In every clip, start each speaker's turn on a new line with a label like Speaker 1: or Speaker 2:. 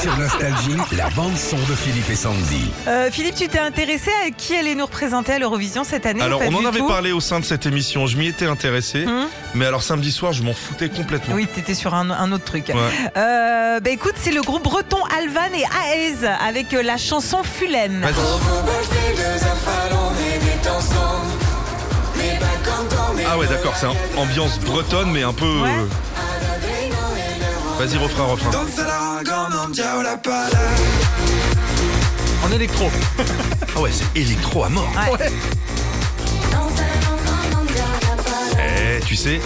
Speaker 1: Sur Nostalgie, la bande-son de Philippe et Sandy.
Speaker 2: Euh, Philippe, tu t'es intéressé à qui allait nous représenter à l'Eurovision cette année
Speaker 3: Alors,
Speaker 2: ou pas
Speaker 3: on en
Speaker 2: du
Speaker 3: avait
Speaker 2: tout
Speaker 3: parlé au sein de cette émission, je m'y étais intéressé,
Speaker 2: Hum
Speaker 3: mais alors samedi soir, je m'en foutais complètement.
Speaker 2: Oui, t'étais sur un, un autre truc.
Speaker 3: Ouais.
Speaker 2: Euh, bah écoute, c'est le groupe breton Alvan et Aez avec euh, la chanson Fulène.
Speaker 3: Vas-y. Ah ouais, d'accord, c'est un- ambiance bretonne, mais un peu...
Speaker 2: Ouais.
Speaker 3: euh, Vas-y, refrain, refrain.
Speaker 1: En électro. ah ouais, c'est électro à mort.
Speaker 3: Eh, tu sais,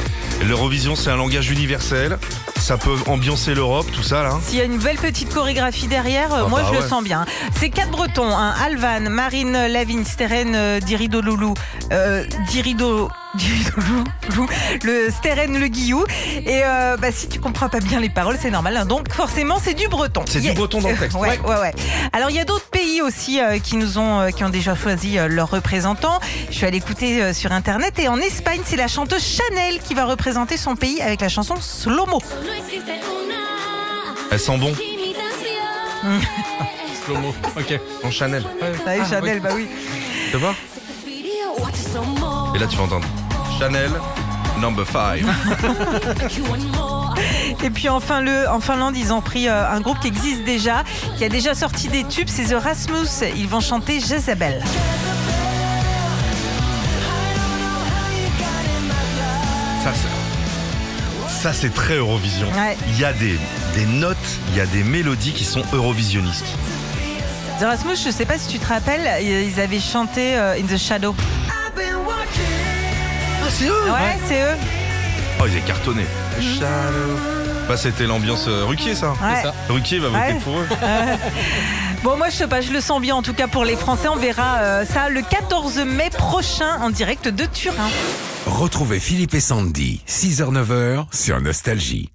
Speaker 3: l'Eurovision, c'est un langage universel, ça peut ambiancer l'Europe, tout ça, là.
Speaker 2: S'il y a une belle petite chorégraphie derrière, euh,
Speaker 3: Ah
Speaker 2: moi
Speaker 3: bah
Speaker 2: je le
Speaker 3: ouais.
Speaker 2: sens bien. C'est quatre Bretons hein, Alvan, Marine Lavigne, Steren, euh, Dirido Loulou, euh, Dirido, Dirido Loulou, Loulou, le Steren Le Guillou. Et euh, bah, si tu comprends pas bien les paroles, c'est normal. hein. Donc forcément, c'est du breton.
Speaker 3: C'est du
Speaker 2: Il y a-
Speaker 3: breton dans le texte,
Speaker 2: Ouais,
Speaker 3: ouais.
Speaker 2: ouais, ouais. Alors il y a d'autres pays aussi euh, qui nous ont, euh, qui ont déjà choisi euh, leurs représentants. Je suis allée écouter euh, sur internet et en Espagne, c'est la chanteuse Chanel qui va représenter son pays avec la chanson Slow Mo.
Speaker 3: Eh. Elle sent bon.
Speaker 4: Slow-mo. Ok.
Speaker 3: En Chanel,
Speaker 2: Ah, et Chanel, bah oui.
Speaker 3: tu vois Et là, tu vas entendre. Chanel, number 5.
Speaker 2: Et puis enfin le, en Finlande, ils ont pris euh, un groupe qui existe déjà, qui a déjà sorti des tubes, c'est The Rasmus. Ils vont chanter Jezebel.
Speaker 3: Ça, c'est- ça, c'est très Eurovision.
Speaker 2: Ouais.
Speaker 3: Il y a des, des notes, il y a des mélodies qui sont eurovisionnistes.
Speaker 2: The Rasmus, je sais pas si tu te rappelles, euh, ils avaient chanté euh, In the Shadow.
Speaker 3: Ah, c'est eux
Speaker 2: Ouais, c'est eux.
Speaker 3: Oh, il est cartonné.
Speaker 2: Mhm.
Speaker 3: Bah, c'était l'ambiance euh, Ruquier, ça.
Speaker 2: Ouais.
Speaker 4: ça.
Speaker 3: Ruquier va voter
Speaker 2: Ouais.
Speaker 3: pour eux.
Speaker 2: Bon, moi je sais pas, je le sens bien en tout cas pour les Français. On verra euh, ça le 14 mai prochain en direct de Turin.
Speaker 1: Retrouvez Philippe et Sandy, 6h-9h, sur Nostalgie.